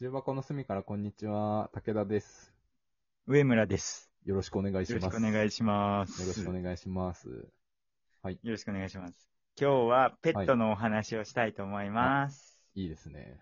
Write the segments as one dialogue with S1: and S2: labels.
S1: 重箱の隅からこんにちは、武田です。
S2: 上村です。
S1: よろしくお願いし
S2: よ
S1: ま
S2: ろ
S1: す。
S2: しくお願いします。
S1: よろしくお願いします。
S2: よろしくお願いします。今日はペットのお話をしたいと思います。
S1: いいですね。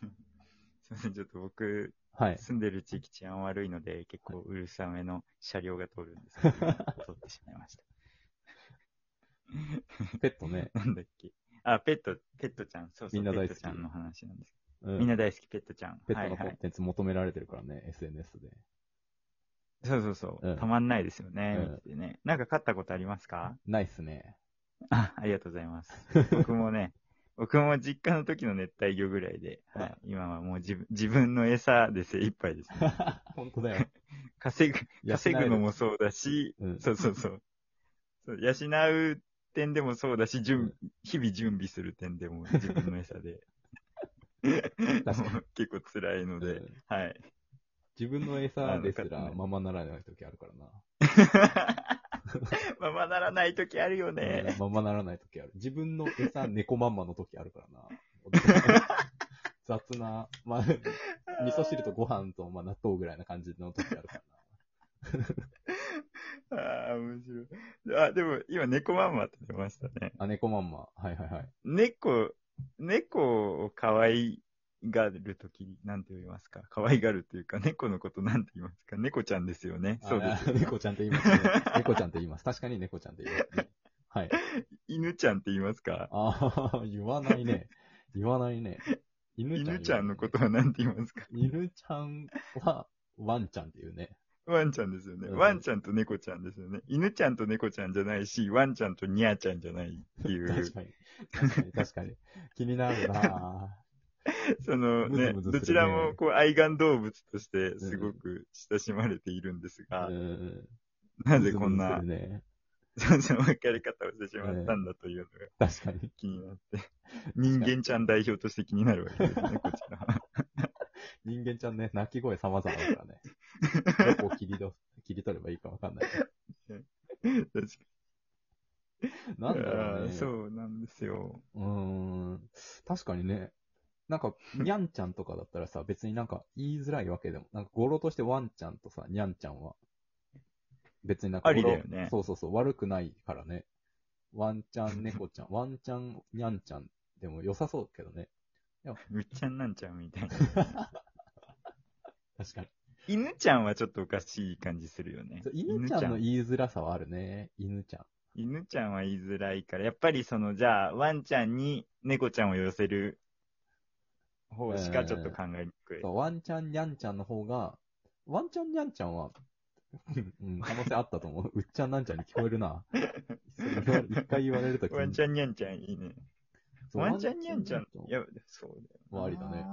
S2: すいません、ちょっと僕、
S1: はい。
S2: 住んでる地域治安悪いので、結構うるさめの車両が通るんで すけど、今通ってしまいました。
S1: ペットね。
S2: なんだっけ。あ、ペット、ペットちゃん。そうそう、
S1: みんな大好き
S2: ペットちゃんの話なんです。
S1: うん、
S2: みんな大好き、ペットちゃん。
S1: ペットの
S2: は
S1: コ
S2: いは
S1: ン
S2: い。
S1: テンツ求められてるからね、SNS で。
S2: そうそうそう。
S1: うん
S2: たまんないですよね、
S1: うん
S2: 見ててね。なんか飼ったことありますか
S1: ないっすね。
S2: あ、ありがとうござい ます。僕もね、僕も実家の時の熱帯魚ぐらいで、は
S1: あ
S2: い、今はもう自分自分の餌で精一杯です、 ね。
S1: 本当だよ。
S2: 稼ぐ、
S1: 養え
S2: 稼
S1: る
S2: ぐのもそうだし、
S1: うん。
S2: そうそうそう。 そう養う点でもそうだし、準日々準備する点でも自分の餌で。
S1: 確かに
S2: もう 結構辛いので、
S1: うん
S2: はい。
S1: 自分の餌です
S2: あの飼ってな
S1: ら
S2: い
S1: ままならない時あるからな。
S2: ままならない時あるよね。
S1: ままならない時ある。自分の餌猫まんまの時ある からな。雑な、まあ、味噌汁とご飯と、まあ、納豆ぐらいな感じの時あるからな。
S2: ああ、面白い。あ、でも今猫まんまって出ましたね。
S1: あ、猫まんま。はいはいはい。
S2: 猫、猫を可愛がるとき、なんて言いますか可愛がるというか、猫のことなんて言いますか猫ちゃんですよね。そうです。
S1: す。猫ちゃんって言いますね。 猫ちゃんって言います。確かに猫ちゃんって言います、ね。はい。
S2: 犬ちゃんって言いますか
S1: ああ、 言わないね。言わないね。犬。
S2: 犬ちゃんのこととはなんて言いますか
S1: 犬ちゃんは、ワンちゃんっていうね。
S2: ワンちゃんですよね。
S1: うん
S2: ワンちゃんと猫ちゃんですよね。犬ちゃんと猫ちゃんじゃないし、ワンちゃんとニャーちゃんじゃないってい
S1: 確
S2: う、
S1: かに。確かに、確かに。気になるな
S2: その
S1: ムズ
S2: ね、
S1: ムズするね
S2: どちらもこう愛玩動物としてすごく親しまれているんです
S1: ぁ
S2: が、
S1: うん
S2: なぜこんな
S1: ズ、ズズするね
S2: その分かり方をしてしまったんだというのが、
S1: 確かに。
S2: 気にな って。人間ちゃん代表として気になるわけですね、こち らは。
S1: 人間ちゃんね、鳴き声様々だから ね。どこを切りど切り取ればいいかわかんない。
S2: 確か
S1: なんだ
S2: あ
S1: ろう
S2: ー
S1: ね。
S2: そうなんですよ。
S1: うーん。確かにね。なんか、にゃんちゃんとかだったらさ、別になんか言いづらいわけでも、なんか語呂としてワンちゃんとさ、にゃんちゃんは、別になんか
S2: あ
S1: 語
S2: り
S1: 呂、
S2: だよね
S1: そうそうそう、悪くないからね。ワンちゃん、猫ちゃん、ワンちゃん、にゃんちゃんでも良さそうけどね。
S2: むっちゃんなんちゃんみたいな。
S1: 確かに。
S2: 犬ちゃんはちょっとおかしい感じするよね
S1: そう。犬ちゃんの言いづらさはあるね。犬ちゃん。
S2: 犬ちゃんは言いづらいから、やっぱりその、じゃあ、ワンちゃんに猫ちゃんを寄せる方しかちょっと考えにくい。
S1: そうワンちゃん、にゃんちゃんの方が、ワンちゃん、にゃんちゃんは、うん、可能性あったと思う。うっちゃん、なんちゃんに聞こえる な。そう言われ一回言われるとき
S2: ワンちゃんにゃんちゃんいいね。
S1: そう
S2: ワンちゃんにゃんちゃん。い
S1: ワン
S2: や、そうだよな。
S1: はありだね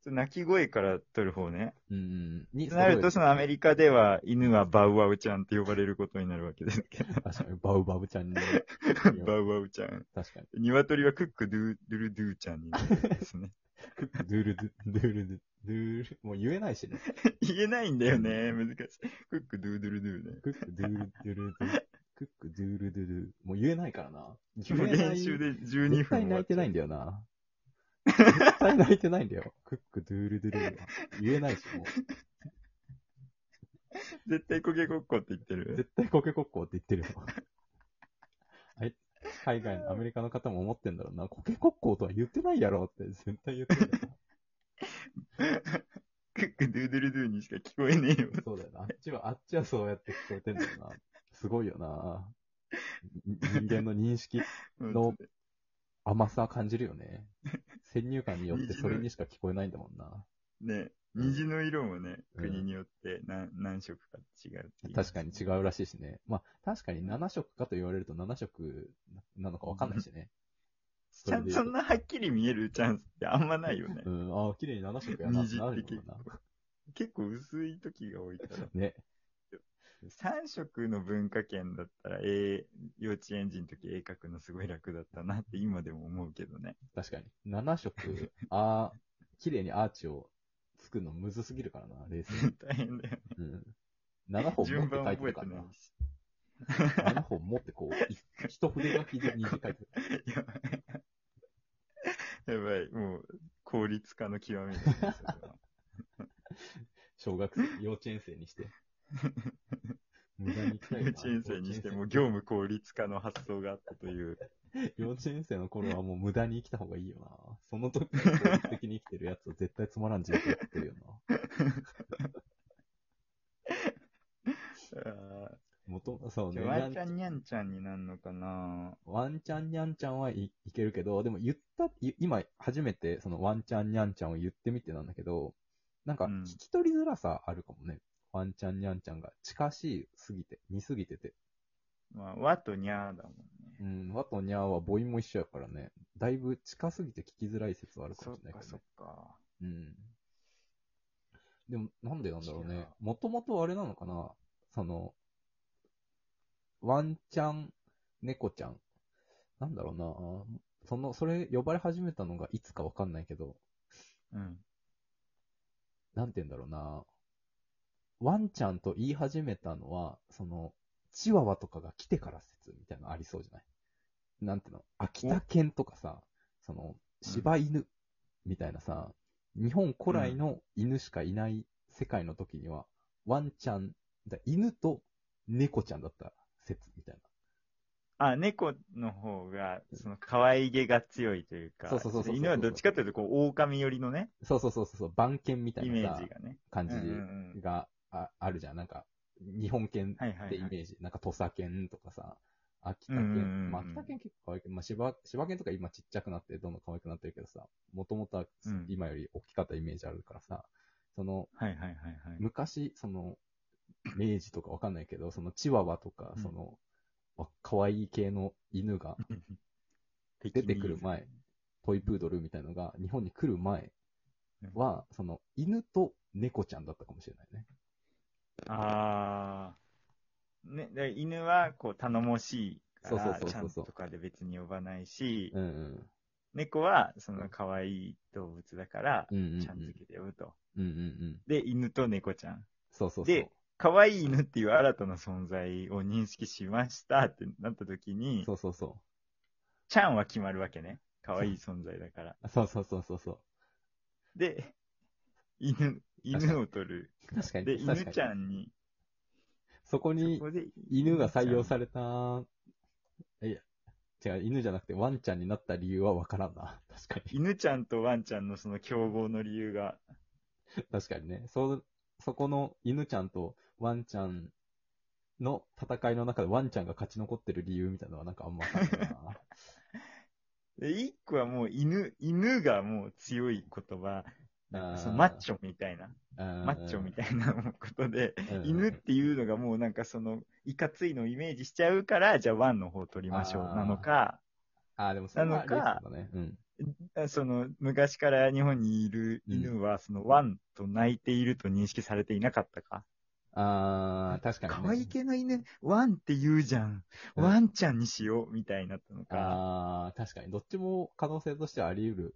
S2: そう。鳴き声から取る方ね。
S1: うんうん。に
S2: となると、そのアメ
S1: リ
S2: リカでは犬はバウアウちゃんって呼ばれることになるわけですけど、
S1: カ。確かに、バウバウちゃんに。いや
S2: バウアウちゃん。
S1: 確かに。
S2: 鶏はクックドゥドゥルドゥちゃんになるんですね。
S1: ドゥルドゥ、ドゥルドゥ、ドゥル、もう言えないしね。
S2: 言えないんだよね、難しい。クックドゥドゥルドゥね。
S1: クック、ドゥルドゥルドゥ、クック、ドゥルドゥルドゥ。もう言えないからな。言えない
S2: 練習で12分
S1: 絶対泣いてないんだ
S2: よ。
S1: よな。絶対泣いてないんだよ。クック、ドゥルドゥルは。言えないし、もう。
S2: 絶対コケコッコって言ってる。
S1: 絶対コケコッコーって言ってるよ。あい海外のアメリカの方も思ってんだろうな。コケコッコーとは言ってないやろって絶対言ってるよ。
S2: クックドゥドゥルドゥにしか聞こえねえよ。
S1: そうだよな。あっちは、あっちはそうやって聞こえてんだよな。すごいよな。人間の認識の甘さ感じるよね。先入観によってそれにしか聞こえないんだもんな。
S2: ね、虹の色もね、
S1: うん
S2: 国によって何何色か違うっていう
S1: 確かに違うらしいしね。まあ、確かに7色かと言われると7色なのかわかんないしね。
S2: ちゃんそんなはっきり見えるチャンスってあんまないよね
S1: う。ん、ああ、綺麗に7色やな、な
S2: 虹
S1: るもん
S2: 的
S1: な。
S2: 結構薄い時が多いから。
S1: ね。
S2: 3色の文化圏だったら、絵、幼稚園児の時絵描くのすごい楽だったなって今でも思うけどね。
S1: 確かに。7色、あー、綺麗にアーチを作るのむずすぎるからな、冷静に。
S2: 大変だよね。
S1: うん。7本持っ
S2: 順
S1: て
S2: 番
S1: 書いて
S2: 覚え
S1: るか
S2: て
S1: ら
S2: な
S1: な。
S2: いし。
S1: 7本持ってこう、い一筆書きで2字書いてる。
S2: やばい。や ばい。もう、効率化の極みだ ね、それは
S1: 小学生、幼稚園生に して。無駄に行きたい
S2: 幼
S1: な
S2: 稚園生にしても業務効率化の発想があったという。
S1: 幼稚園生の頃はもう無駄に生きた方がいいよな。その時に効率的に生きてるやつは絶対つまらん人生送ってるよな。
S2: あ
S1: 元、そう
S2: ー
S1: ね。
S2: ワンちゃんにゃんちゃんになんのかな
S1: ワンチャンニャンチャンはい、いけるけど、でも言った、い今初めてそのワンチャンニャンチャンを言ってみてなんだけど、なんか
S2: うん
S1: 聞き取りづらさあるかもね。ワンチャンニャンチャンが近しいすぎて、似すぎてて。
S2: まあ、和とにゃーだもんね。
S1: うん、和とニャーは母音も一緒やからね。だいぶ近すぎて聞きづらい説はあるか
S2: そ
S1: も
S2: っ
S1: しれない
S2: か
S1: けど
S2: そ
S1: ね
S2: っ。か。
S1: うん。でも、なんでなんだろう
S2: い
S1: ね
S2: や。
S1: もともとあれなのかなその、ワンちゃん、猫ちゃん。なんだろうな。その、それ呼ばれ始めたのがいつかわかんないけど、
S2: うん。
S1: なんて言うんだろうな。ワンちゃんと言い始めたのは、その、チワワとかが来てから説みたいなのありそうじゃないなんていうの秋田犬とかさ、その、柴犬みたいなさ、日本古来の犬しかいない世界の時には、ワンちゃん、だ犬と猫ちゃんだった説みたいな。
S2: あ、猫の方が、その、可愛げが強いというか、
S1: そうそうそうそう
S2: 犬はどっちかというと、こう、狼寄りのね、
S1: そうそうそうそうそう、番犬みた
S2: イ
S1: い
S2: メ
S1: な
S2: ー
S1: さ
S2: ジ、がね。
S1: 感
S2: うんうん
S1: じ
S2: うん。
S1: がああるじゃん。なんか、日本犬
S2: はいはい、は
S1: っ
S2: い。
S1: てイメージ、なんか土佐犬とかさ、秋田
S2: うんうんうんう
S1: 犬、
S2: ん
S1: まあ、秋田犬結構可愛いけど、まあ、柴柴犬とか今ちっちゃくなってどんどん可愛くなってるけどさ、もともとは
S2: うん
S1: 今より大きかったイメージあるからさ、その
S2: はいはいはいはい。
S1: 昔、その明治とかわかんないけど、そのチワワとか
S2: う、ん
S1: その、わ可愛い系の犬が出てくる前、トイプードルみたいのが日本に来る前は、その犬と猫ちゃんだったかもしれないね。
S2: ああ。ね、で犬はこう頼もしいか
S1: そう
S2: ら、
S1: そう
S2: ち
S1: そうそ
S2: ゃ
S1: うんそう
S2: とかで別に呼ばないし、
S1: うんうん。
S2: 猫はその可愛い動物だから
S1: う、んうんうん。
S2: ちゃん付けで呼ぶと。
S1: うんうんうん。
S2: で、犬と猫ちゃん。
S1: そうそうそう。
S2: で可愛い犬っていう新たな存在を認識しましたってなった時に、
S1: そうそうそう。
S2: ちゃんは決まるわけね。可愛い存在だから。
S1: そうそうそうそうそ
S2: で、犬、犬を取る。
S1: う。確かに。
S2: で、
S1: 確
S2: 犬
S1: かに
S2: ちゃんに、
S1: そこに
S2: そこで
S1: 犬が採用
S2: れ
S1: された、いや、違う、犬じゃなくてワンちゃんになった理由はわからんな。 確かに。
S2: 犬ちゃんとワンちゃんのその競合の理由が、
S1: 確かにね。そ、そこの犬ちゃんとワンちゃんの戦いの中でワンちゃんが勝ち残ってる理由みたいなのはなんかあんまわかんないな。
S2: で一個はもう犬、犬がもう強い言葉、なんかそのマッチョみたいな、 マ
S1: マ
S2: ッチョみたいなことで、
S1: うん
S2: 犬っていうのがもうなんかその、いかついのをイメージしちゃうから、じゃあワンの方を取りましょう
S1: あー
S2: なのか、
S1: あー、でもそれは
S2: なのか
S1: レイスだね。うん。
S2: その昔から日本にいる犬は、そのワンと泣いていると認識されていなかったか。
S1: あー、確かに、ね。
S2: 可愛い系の犬、ワンって言うじゃん。
S1: うん
S2: ワンちゃんにしよう、みたいになったのか。
S1: ああ、確かに。どっちも可能性としてはあり得る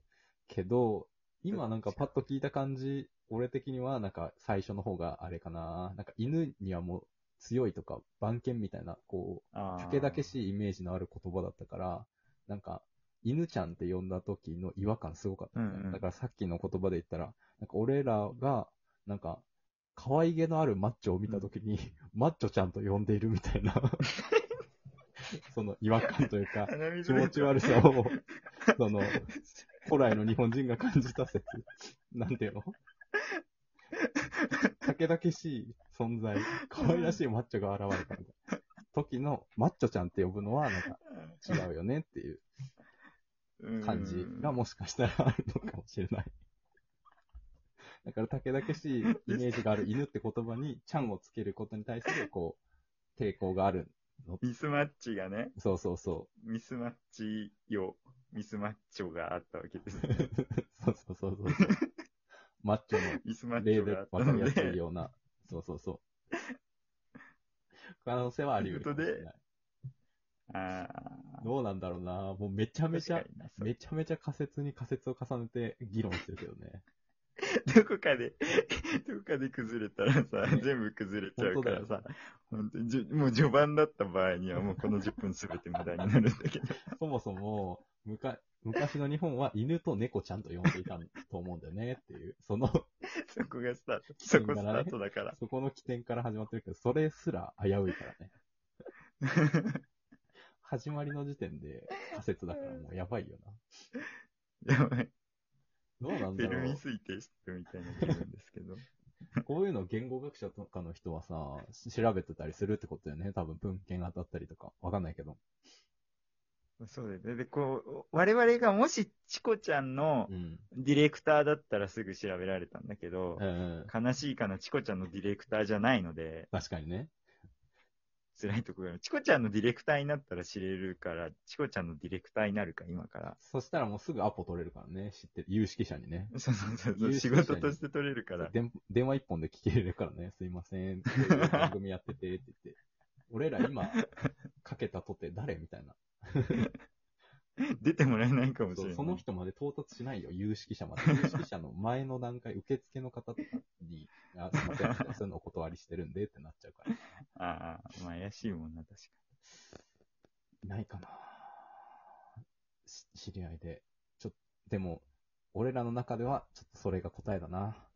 S1: けど、今なんかパッと聞いた感じ、俺的にはなんか最初の方があれかな。なんか犬にはもう強いとか番犬みたいな、こう、
S2: あー
S1: 竹々しいイメージのある言葉だったから、なんか犬ちゃんって呼んだ時の違和感すごかったね、
S2: うんうん
S1: だからさっきの言葉で言ったら、なんか俺らが、なんか、可愛げのあるマッチョを見たときに、 マッチョちゃんと呼んでいるみたい な、その違和感というか、
S2: 鼻水
S1: 気持ち悪さを、その、古来の日本人が感じた説。なんていうの竹々しい存在、可愛らしいマッチョが現れたみたいな時の、マッチョちゃんって呼ぶのは、なんか違うよねっていう感じ
S2: うん
S1: がもしかしたらあるのかもしれない。だから、竹々しいイメージがある犬って言葉に、ちゃんをつけることに対する、こう、抵抗がある。
S2: ミスマッチがね、
S1: そうそうそう。
S2: ミスマッチよ、ミスマッチョがあったわ けです。
S1: そうそうそうそうそう。マッチョの
S2: ミスマッチ
S1: 例
S2: ョ
S1: で
S2: があった
S1: わかり
S2: の
S1: やすい
S2: で、
S1: ような。そうそうそう。可能性はあり得るかもしれない。
S2: あ
S1: どうなんだろうな。もうめちゃ
S2: あ、
S1: めちゃ
S2: 確、かになそう
S1: めちゃめちゃ仮説に仮説を重ねて議論してるけどね。
S2: どこかで、どこかで崩れたらさ、全部崩れちゃうからさ、本当にじゅ、もう序盤だった場合にはもうこの10分すべて無駄になるんだけど。
S1: そもそも、むか昔の日本は犬と猫ちゃんと呼んでいたと思うんだよねっていう、その、
S2: そこがスタート。そこスタートだから。
S1: そこの起点から始まってるけど、それすら危ういからね。始まりの時点で仮説だからもうやばいよ
S2: やばい。
S1: な。どうなん
S2: フ
S1: だ
S2: ェル
S1: ろ
S2: ミ
S1: う。
S2: 推定してるみたいな気分ですけど。
S1: こういうの言語学者とかの人はさ、し調べてたりするってことだよね。多分文献が当たったりとか。わかんないけど。
S2: そうだよね。で、こう、我々がもしチコちゃんの
S1: うん。
S2: ディレクターだったらすぐ調べられたんだけど、
S1: うん、
S2: 悲しいかな、チコちゃんのディレクターじゃないので、
S1: 確かにね。
S2: 辛いところがある。チコちゃんのディレクターになったら知れるから、チコちゃんのディレクターになるか、今から。
S1: そしたらもうすぐアポ取れるからね。知ってる。有識者にね。
S2: そうそうそうそう、
S1: 有
S2: 仕
S1: 識者に
S2: 事として取れるから。
S1: 電電話一本で聞けるからね、すいません、こういう番組やっててって言って。 俺ら今、かけたとて誰みたいな。
S2: 出てもらえないかもしれ
S1: そ
S2: な
S1: う
S2: い。
S1: その人まで到達しないよ、有識者まで。有識者の前の段階、受付の方とかに、あすいません、みたいなそういうのお断りしてるんでってなっちゃうから。
S2: ああ、まあ怪しいもんな、確か
S1: いないかなし知り合いで。ちょっと、でも、俺らの中では、ちょっとそれが答えだな。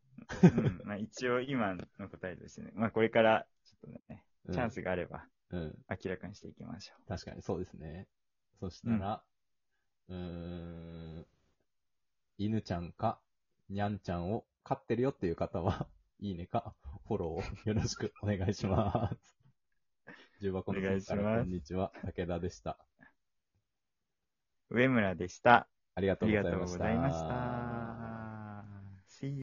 S2: に。うん、まあ一応今の答えとしてね、まあこれから、ちょっとね、
S1: うん
S2: チャン。スがあれば
S1: うん。
S2: 明らかにしていきましょ
S1: 確かに、そうですね。そしたら、うーん、犬ちゃんか、にゃんちゃんを飼ってるよっていう方は、 いいねか、フォローをよろしくお願いします。重箱の
S2: お願いします
S1: こんにちは、武田でした。
S2: う。上村でした。
S1: ありが
S2: あ
S1: とう
S2: り
S1: ござ
S2: が
S1: い
S2: とう
S1: ま
S2: ご
S1: した。
S2: ざいました。